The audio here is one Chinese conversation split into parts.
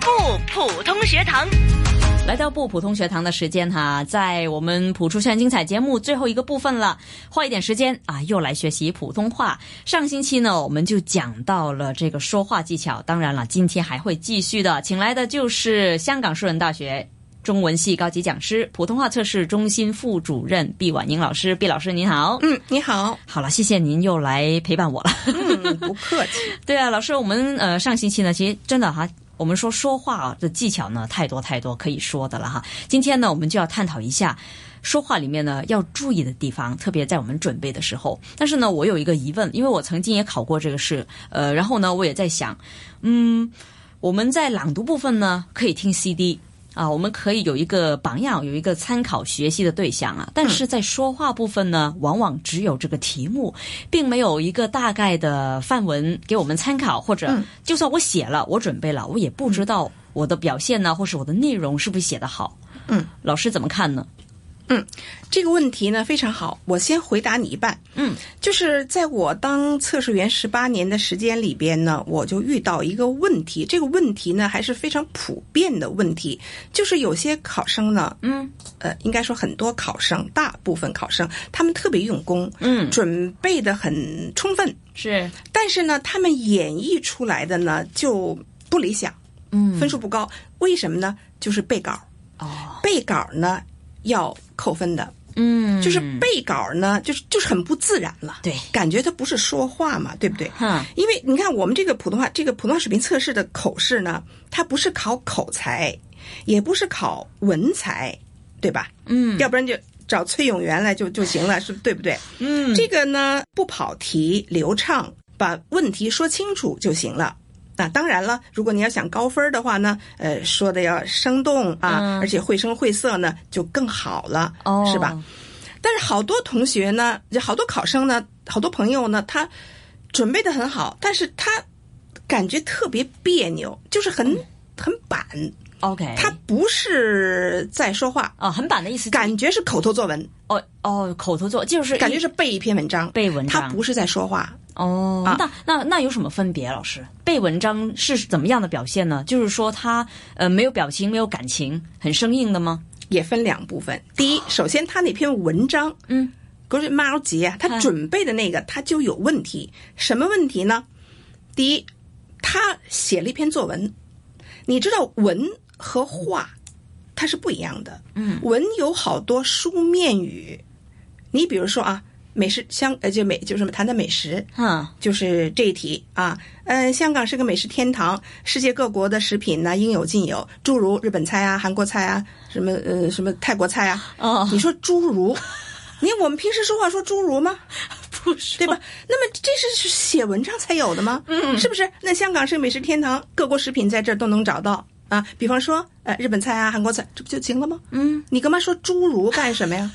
普通学堂。来到不普通学堂的时间哈，在我们普出炫精彩节目最后一个部分了，花一点时间啊，又来学习普通话。上星期呢，我们就讲到了这个说话技巧，当然了，今天还会继续的。请来的就是香港树人大学中文系高级讲师、普通话测试中心副主任毕婉莹老师，毕老师您好。嗯，你好，好了，谢谢您又来陪伴我了。 嗯，不客气。对啊，老师，我们呃上星期呢，其实真的哈，我们说说话啊的技巧呢，太多太多可以说的了哈。今天呢，我们就要探讨一下说话里面呢要注意的地方，特别在我们准备的时候。但是呢，我有一个疑问，因为我曾经也考过这个试，呃，然后呢，我也在想，嗯，我们在朗读部分呢，可以听 CD。啊，我们可以有一个榜样，有一个参考学习的对象啊。但是在说话部分呢，往往只有这个题目，并没有一个大概的范文给我们参考，或嗯者就算我写了，我准备了，我也不知道我的表现呢，或是我的内容是不是写得好。嗯，老师怎么看呢？嗯， 这个问题呢非常好，我先回答你一半。嗯，就是在我当测试员十八年的时间里边呢，我就遇到一个问题，这个问题呢还是非常普遍的问题，就是有些考生呢，嗯，呃，应该说很多考生，大部分考生他们特别用功，嗯准备的很充分，是，但是呢，他们演绎出来的呢就不理想，嗯，分数不高，为什么呢？就是背稿，哦，背稿呢要扣分的。嗯，就是背稿呢，就是就是很不自然了，对感觉它不是说话嘛，对不对？哈，因为你看我们这个普通话这个普通话水平测试的口试呢，它不是考口才，也不是考文才，对吧？嗯，要不然就找崔永元来就就行了，是对不对？嗯，这个呢不跑题，流畅，把问题说清楚就行了。那当然了，如果你要想高分的话呢，呃，说的要生动啊，嗯而且绘声绘色呢，就更好了，哦，是吧？？但是好多同学呢，就好多考生呢，好多朋友呢，他准备的很好，但是他感觉特别别扭，就是很、嗯很板， OK，他不是在说话，啊，很板的意思，感觉是口头作文，哦哦，口头作就是感一觉是背一篇文章，背文章他不是在说话。哦，啊那那那有什么分别？老师，背文章是怎么样的表现呢？就是说他呃没有表情，没有感情，很生硬的吗？也分两部分，第一，首先他那篇文章，嗯，不是猫急啊，他嗯准备的那个他就有问题，什么问题呢？第一，他写了一篇作文，你知道文和画它是不一样的，嗯，文有好多书面语，你比如说啊，美食香呃就美就是什么谈谈美食，哈，就是这一题啊。嗯，香港是个美食天堂，世界各国的食品呢应有尽有，诸如日本菜啊、韩国菜啊、什么呃什么泰国菜啊。哦你说诸如，你看我们平时说话说诸如吗？不是对吧？那么这是写文章才有的吗？嗯，是不是？那香港是美食天堂，各国食品在这儿都能找到啊。比方说，呃，日本菜啊、韩国菜，这不就行了吗？嗯，你干嘛说诸如干什么呀？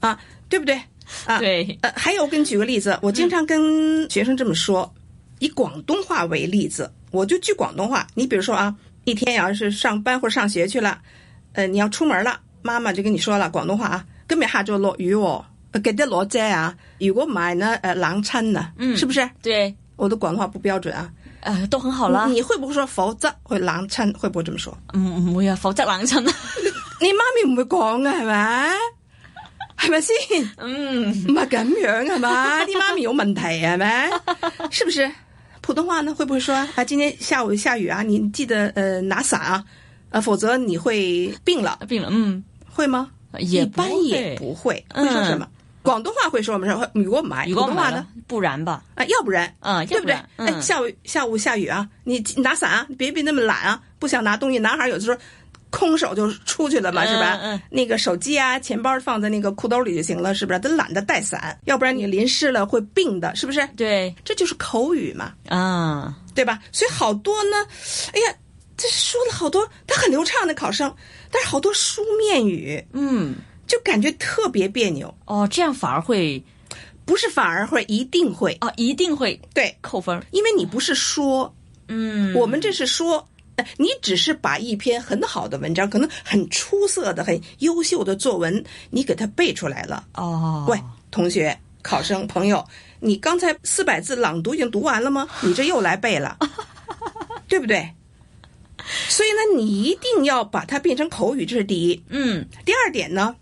啊，对不对？啊，对呃，还有，我给你举个例子，我经常跟学生这么说，以广东话为例子，我就举广东话。你比如说啊，一天要是上班或者上学去了，呃，你要出门了，妈妈就跟你说了广东话啊，今日下晝落雨喎，呃記得攞遮啊。如果唔係呢，呃，冷親啊，嗯是不是？对，我的广东话不标准啊，呃，都很好啦你。你会不会说否則會冷親？會唔會這麼說？唔唔會啊，否則冷 親啊。你媽咪唔會講嘅係咪？係咪先？嗯，唔係咁樣係嘛？啲媽咪有問題係咪？是不是？普通話呢會不會說啊？今天下午下雨啊，你記得呃拿傘啊，呃否則你會病了，病了，嗯，會嗎？也一般不會也不會，嗯會說什麼？廣東話會說我們說，如果唔係，哎如果普唔通係話呢啦？，不然吧。啊，要不然，嗯对不对要？不然哎，嗯下午下午下雨啊，你你拿伞啊，别别那么懒啊，不想拿东西。男孩有的时候空手就出去了嘛，嗯是吧？嗯那个手机啊、钱包放在那个裤兜里就行了，是不是？他懒得带伞，要不然你淋湿了会病的，是不是？对这就是口语嘛，啊，对吧？所以好多呢，哎呀，这说了好多，他很流畅的考生，但是好多书面语嗯，就感觉特别别扭，哦，这样反而会不是反而会一定会啊，一定会对，扣分儿。因为你不是说。嗯，我们这是说，呃你只是把一篇很好的文章，可能很出色的、很优秀的作文，你给它背出来了。哦，喂，同学、考生、朋友，你刚才四 百字朗读已经读完了吗？你这又来背了，对不对？所以呢，你一定要把它变成口语，这是第一。嗯，第二点呢，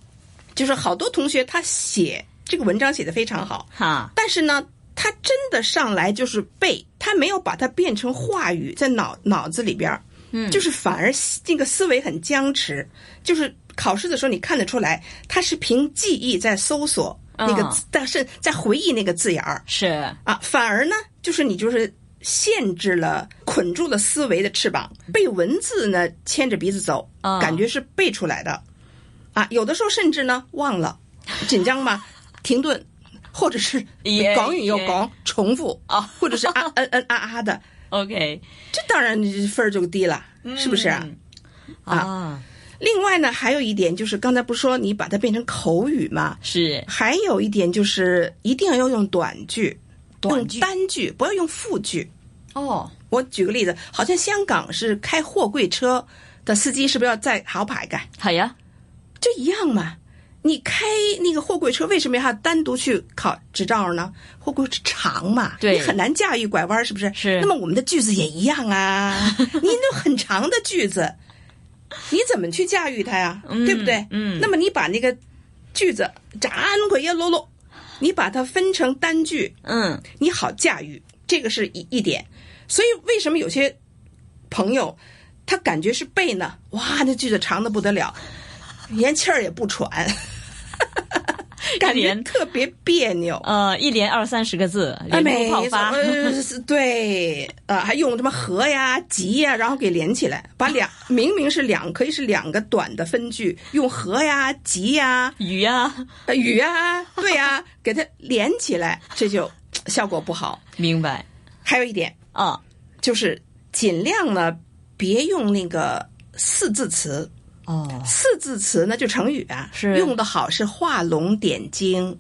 就是好多同学他写这个文章写的非常好，哈，但是呢，他真的上来就是背，他没有把它变成话语在脑脑子里边儿，嗯就是反而这个思维很僵持，就是考试的时候你看得出来，他是凭记忆在搜索那个嗯字，但是在回忆那个字眼儿是，啊，反而呢，就是你就是。限制了、捆住了思维的翅膀，被文字呢牵着鼻子走，嗯感觉是背出来的，啊，有的时候甚至呢忘了，紧张嘛，停顿，或者是 也讲语又也讲，重复啊或者是啊嗯嗯啊啊的， OK，这当然你分儿就低了，是不是啊？嗯啊？另外呢，还有一点就是，刚才不是说你把它变成口语嘛？是，还有一点就是，一定要用短句，短句用单句，不要用复句。哦，我举个例子，好像香港是开货柜车的司机，是不是要再考牌嘅？系啊，就一样嘛。你开那个货柜车，为什么要单独去考执照呢？货柜车长嘛，对你很难驾驭拐弯，是不是？是那么我们的句子也一样啊， 你那很长的句子，你怎么去驾驭它呀？对不对？嗯那么你把那个句子“斩鬼耶喽喽”，你把它分成单句，嗯，你好驾驭，这个是一一点。所以为什么有些朋友他感觉是背呢？哇，那句子长的不得了，连气儿也不喘， 感觉连特别别扭。呃，一连二三十个字，啊，连没珠炮错，发，呃是对，呃，还用什么和呀、及呀，然后给连起来，把两明明是两，可以是两个短的分句，用和呀、及呀、鱼啊，呃与呀、对呀，给它连起来，这就效果不好。明白还有一点，啊？就是尽量呢，别用那个四字词。哦，四字词呢，就成语啊，是用的好是画龙点睛，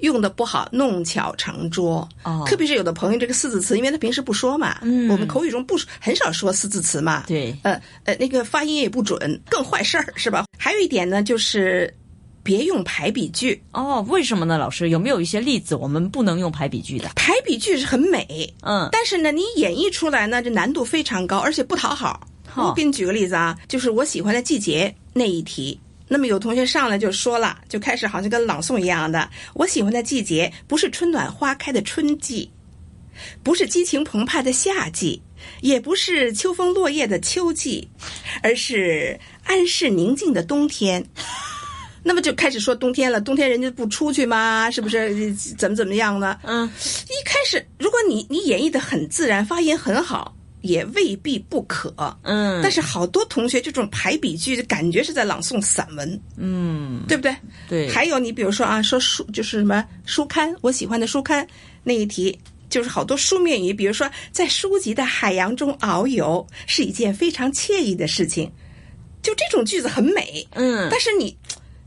用的不好弄巧成拙。哦特别是有的朋友这个四字词，因为他平时不说嘛，嗯我们口语中不说很少说四字词嘛，对呃呃，那个发音也不准，更坏事儿是吧？还有一点呢，就是别用排比句，哦，为什么呢？老师有没有一些例子我们不能用排比句的？排比句是很美，嗯，但是呢，你演绎出来呢，这难度非常高，而且不讨好。好我给你举个例子啊，就是我喜欢的季节那一题。那么有同学上来就说了，就开始好像跟朗诵一样的，我喜欢的季节不是春暖花开的春季，不是激情澎湃的夏季，也不是秋风落叶的秋季，而是安适宁静的冬天。 那么就开始说冬天了，冬天人家不出去吗？是不是怎么怎么样呢？嗯，一开始，如果你你演绎的很自然，发音很好，也未必不可。嗯，但是好多同学这种排比句，感觉是在朗诵散文，嗯，对不对？对，还有你比如说啊，说书就是什么书刊，我喜欢的书刊那一题，就是好多书面语，比如说在书籍的海洋中遨游是一件非常惬意的事情，就这种句子很美，嗯但是你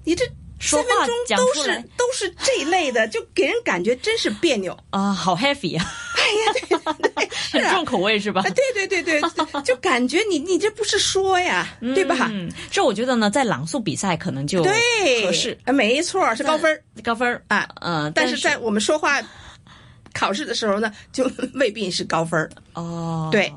你这说三话分钟讲都出是来都是这一类的，就给人感觉真是别扭。啊，好 heavy 啊，哎呀，对对，是很 啊重，口味是吧啊，？对对对对，就感觉你你这不是说呀，对吧？嗯，这我觉得呢，在朗诵比赛可能就对，合适啊，没错，是高分儿高分儿啊。嗯，但是是在我们说话考试的时候呢，就未必是高分儿。哦，对。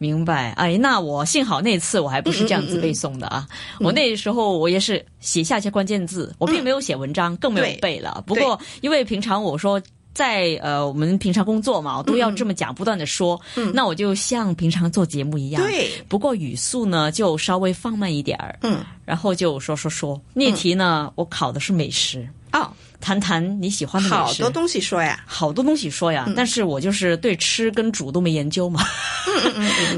明白，哎，那我幸好那次我还不是这样子背诵的啊！嗯我那时候我也是写下一些关键字，我并没有写文章，更没有背了。不过因为平常我说在呃我们平常工作嘛，我都要这么讲，不断的说，那我就像平常做节目一样，嗯对不过语速呢就稍微放慢一点儿，嗯，然后就说说说。那题呢，我考的是美食，哦，谈谈你喜欢的美好嗯食，多东西说呀，好多东西说呀，但是我就是对吃跟煮都没研究嘛，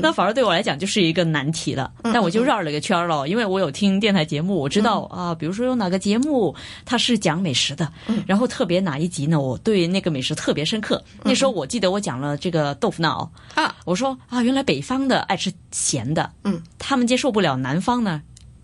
那反而对我来讲就是一个难题了。但我就绕了一个圈儿了，因为我有听电台节目，我知道啊，比如说有哪个节目它是讲美食的，然后特别哪一集呢，我对那个美食特别深刻。那时候我记得我讲了这个豆腐脑，啊，我说啊，原来北方的爱吃咸的，嗯，他们接受不了南方呢。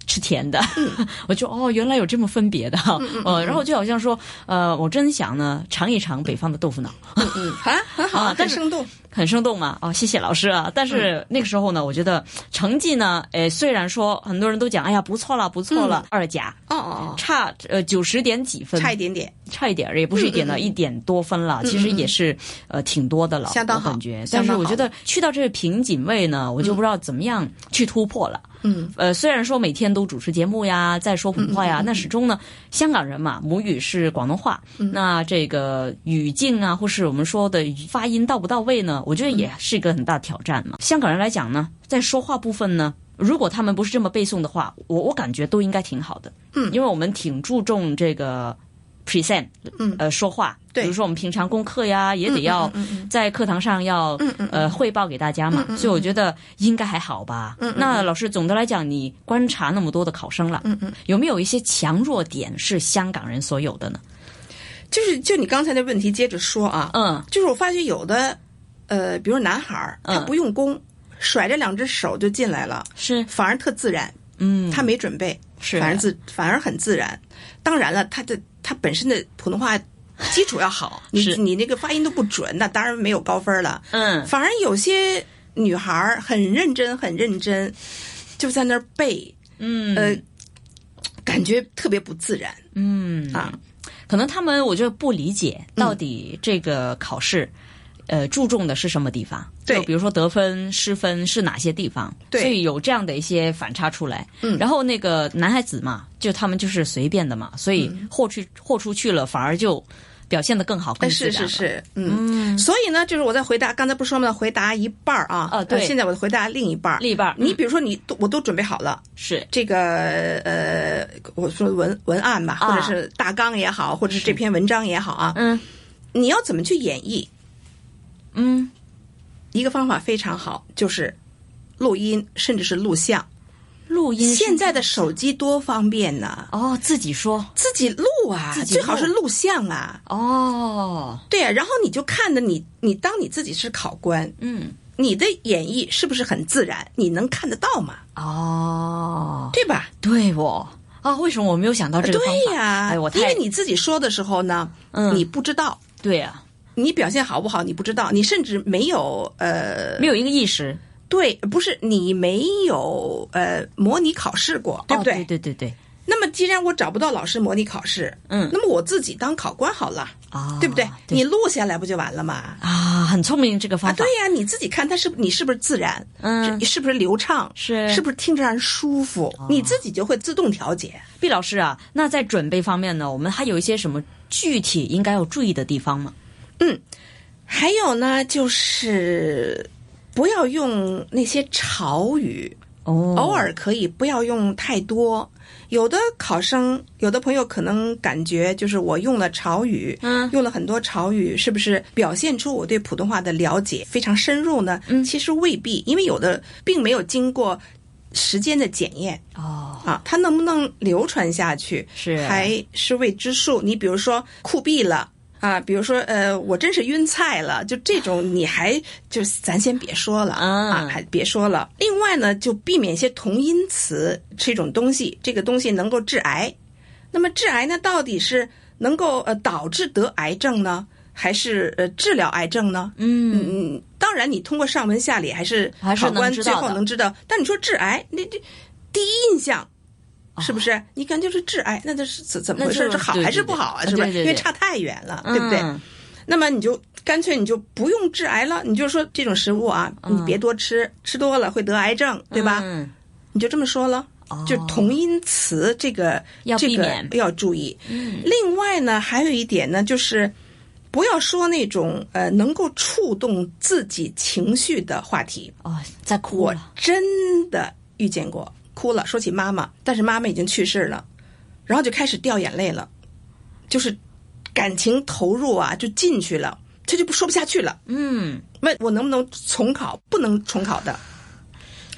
吃甜的， 我就哦，原来有这么分别的哈，呃，然后就好像说，呃，我真想呢尝一尝北方的豆腐脑，嗯嗯，啊，很好，啊很但是生动。很生动嘛，哦，谢谢老师啊。但是嗯那个时候呢，我觉得成绩呢，诶，虽然说很多人都讲，哎呀，不错了，不错了，二甲哦哦差呃九十点几哦，分，差一嗯点点，差一点儿，也不是一点了，一点多分了，其实也是呃挺多的了，嗯相当我好感觉。但相是当我觉得去到这个瓶颈位呢，我就不知道怎么样去突破了。嗯，呃，虽然说每天都主持节目呀，在说普通话呀，那始终呢，香港人嘛，母语是广东话，那这个语境啊，或是我们说的语发音到不到位呢，我觉得也是一个很大的挑战嘛。香港人来讲呢，在说话部分呢。如果他们不是这么背诵的话，我我感觉都应该挺好的，嗯，因为我们挺注重这个 present，嗯，呃，说话，对嗯比如说我们平常功课呀，也得要在课堂上要呃汇报给大家嘛，嗯所以我觉得应该还好吧。那老师，总的来讲，你观察那么多的考生了，嗯有没有一些强弱点是香港人所有的呢？就是就你刚才的问题，接着说啊，嗯，就是我发觉有的，呃，比如男孩儿，他嗯不用功，甩着两只手就进来了，是，反而特自然，嗯，他没准备，是反而自反而很自然。当然了，他的他本身的普通话基础要好， 你是你那个发音都不准，那当然没有高分了。嗯反而有些女孩儿很认真，很认真，就在那儿背，嗯呃，感觉特别不自然嗯，啊。可能他们我就不理解嗯到底这个考试。呃，注重的是什么地方？对就比如说得分、失分是哪些地方？对所以有这样的一些反差出来。嗯，然后那个男孩子嘛，就他们就是随便的嘛，所以嗯豁去豁出去了，反而就表现得更好、更哎，自是然是了。是，嗯，所以呢，就是我在回答，刚才不是说吗？回答一半儿啊，啊对呃现在我回答另一半儿。嗯另一半儿你比如说你都我都准备好了，是这个呃，我说文文案吧，啊或者是大纲也好，或者是这篇文章也好啊，嗯你要怎么去演绎？嗯一个方法非常好，就是录音，甚至是录像。录音是现在的手机多方便呢，哦自己说自己录啊，自己录最好是录像啊。哦对啊，然后你就看着你，你当你自己是考官，嗯你的演绎是不是很自然？你能看得到吗？哦对吧？对哦啊为什么我没有想到这个方法？对呀、哎我因太为你自己说的时候呢，嗯你不知道，对啊呀、你表现好不好你不知道，你甚至没有呃，没有一个意识对，不是你没有呃模拟考试过，对不对？哦、对对对对那么既然我找不到老师模拟考试，嗯那么我自己当考官好了，啊对不对？你录下来不就完了吗？啊，很聪明这个啊，方法，对呀、你自己看他是你是不是自然，嗯是是不是流畅，是哦是不是听着让人舒服，你自己就会自动调节。毕老师啊，那在准备方面呢，我们还有一些什么具体应该要注意的地方吗？还有呢，就是不要用那些潮语，哦偶尔可以，不要用太多。有的考生，有的朋友可能感觉就是我用了潮语，嗯用了很多潮语，是不是表现出我对普通话的了解非常深入呢？嗯，其实未必，因为有的并没有经过时间的检验哦啊，它能不能流传下去是还是未知数。你比如说酷毙了。啊，比如说，呃，我真是晕菜了，就这种，你还就咱先别说了嗯啊，还别说了。另外呢，就避免一些同音词这种东西，这个东西能够致癌。那么致癌呢，到底是能够呃导致得癌症呢，还是呃治疗癌症呢？嗯嗯，当然，你通过上文下理还是还是考官能知最道的后能知道。但你说致癌，那这第一印象是不是？你感觉是致癌，那这是怎怎哦么那回事？就是这好对还是对不好啊？对是不对是？对因为对差太远了，对不对？嗯那么你就干脆你就不用致癌了，你就说这种食物啊，你别多吃，吃多了会得癌症，对吧？嗯哦你就这么说了。就同音词这个要这避个免嗯要注意。另外呢，还有一点呢，就是不要说那种呃能够触动自己情绪的话题。哦，在哭我了，真的遇见过，哭了，说起妈妈，但是妈妈已经去世了，然后就开始掉眼泪了，就是感情投入啊，就进去了，他就不说不下去了。嗯问我能不能重考？不能重考的，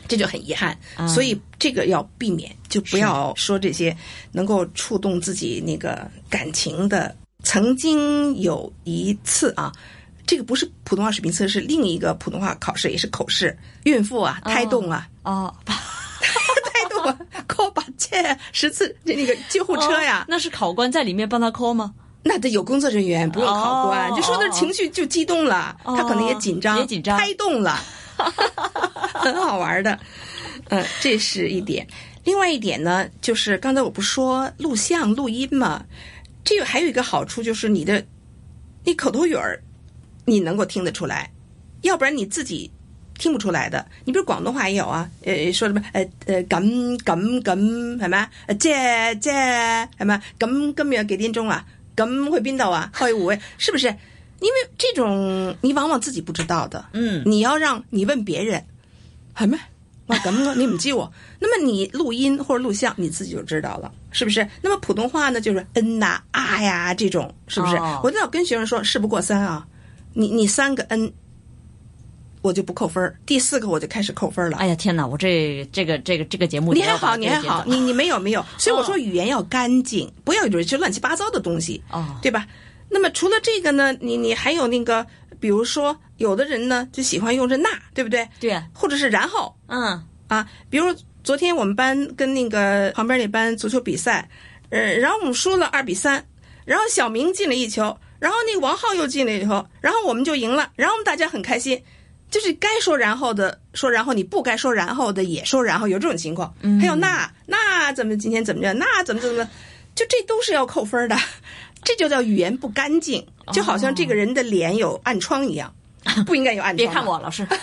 这就很遗憾。所以这个要避免，就不要说这些能够触动自己那个感情的。曾经有一次啊，这个不是普通话水平测试，另一个普通话考试也是口试，孕妇啊、胎动啊、 哦，胎动 啊，扣把切十次那个救护车呀、哦那是考官在里面帮他 call 吗？那得有工作人员，不用考官，哦就说的情绪就激动了，哦他可能也紧张，也紧张拍 动了，很好玩的。嗯，这是一点。另外一点呢，就是刚才我不说录像、录音嘛，这个还有一个好处就是你的你口头语儿你能够听得出来，要不然你自己听不出来的。你比如广东话也有啊，呃，说什么呃呃咁咁咁係咪？呃借借係咪？咁今日幾點鐘啊？咁去邊度啊？開會是不是？因為這種你往往自己不知道的，嗯你要讓你問別人，係咩？我咁啊，你唔知我。那么你錄音或者錄像，你自己就知道了，是不是？那么普通话呢，就是嗯呐、啊、呀这种，是不是？哦我就老跟学生说，事不过三啊，你你三个嗯，我就不扣分儿第四个我就开始扣分儿了。哎呀天哪，我这这个这个这个节目啊你也还要把好，这你个还剪掉好，你你没有没有，所以我哦说语言要干净，不要有一些乱七八糟的东西，哦对吧？那么除了这个呢，你你还有那个，比如说有的人呢就喜欢用这那，对不对？对啊，或者是然后，嗯啊，比如昨天我们班跟那个旁边那班足球比赛，呃，然后我们输了二比三，然后小明进了一球，然后那个王浩又进了一球，然后我们就赢了，然后我们大家很开心。就是该说然后的说然后，你不该说然后的也说然后，有这种情况。嗯还有那那怎么今天怎么着，那怎么怎么着，就这都是要扣分的，这就叫语言不干净，就好像这个人的脸有暗疮一样，不应该有暗疮。哦别看我老师。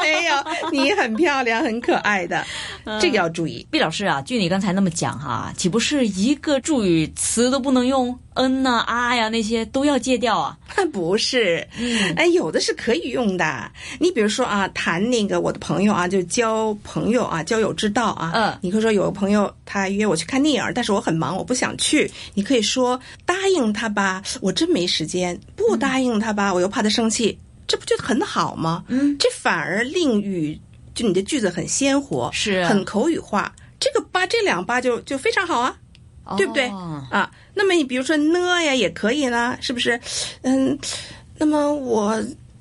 没有，你很漂亮，很可爱的，嗯这个要注意。 毕老师啊，据你刚才那么讲哈、岂不是一个助语词都不能用？嗯呐、啊呀、那些都要戒掉啊？不是，嗯哎，有的是可以用的。你比如说啊，谈那个我的朋友啊，就交朋友啊，交友之道啊。嗯你可以说有个朋友他约我去看电影，但是我很忙，我不想去。你可以说答应他吧，我真没时间；不答应他吧，我又怕他生气。这不就很好吗？嗯，这反而令语就你的句子很鲜活，是啊很口语化。这个八这两八就就非常好啊。对不对、哦啊？那么你比如说呢呀，也可以啦，是不是？嗯，那么我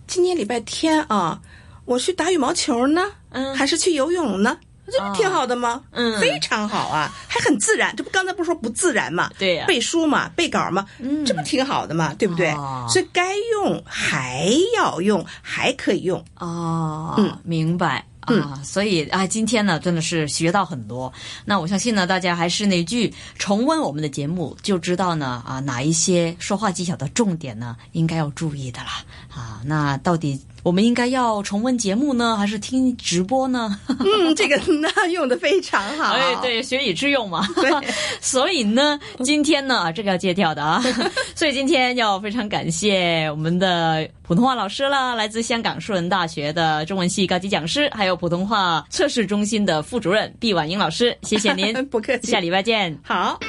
今天礼拜天啊，我去打羽毛球呢，嗯还是去游泳呢？这不挺好的吗？嗯非常好啊，还很自然。这不刚才不是说不自然嘛？对呀背书嘛，背稿嘛，这不挺好的嘛？对不对？嗯哦所以该用还要用，还可以用。哦，明白。啊，所以啊，今天呢，真的是学到很多。那我相信呢，大家还是那句，重温我们的节目就知道呢，啊，哪一些说话技巧的重点呢，应该要注意的啦。啊，那到底我们应该要重温节目呢，还是听直播呢？嗯，这个呢 用的非常好。哎，对，学以致用嘛。啊 对。 所以呢，今天呢，啊这个要戒掉的 啊。所以今天要非常感谢我们的普通话老师啦，来自香港树人大学的中文系高级讲师，还有普通话测试中心的副主任毕婉英老师，谢谢您 嗯。不客气下礼拜见。好。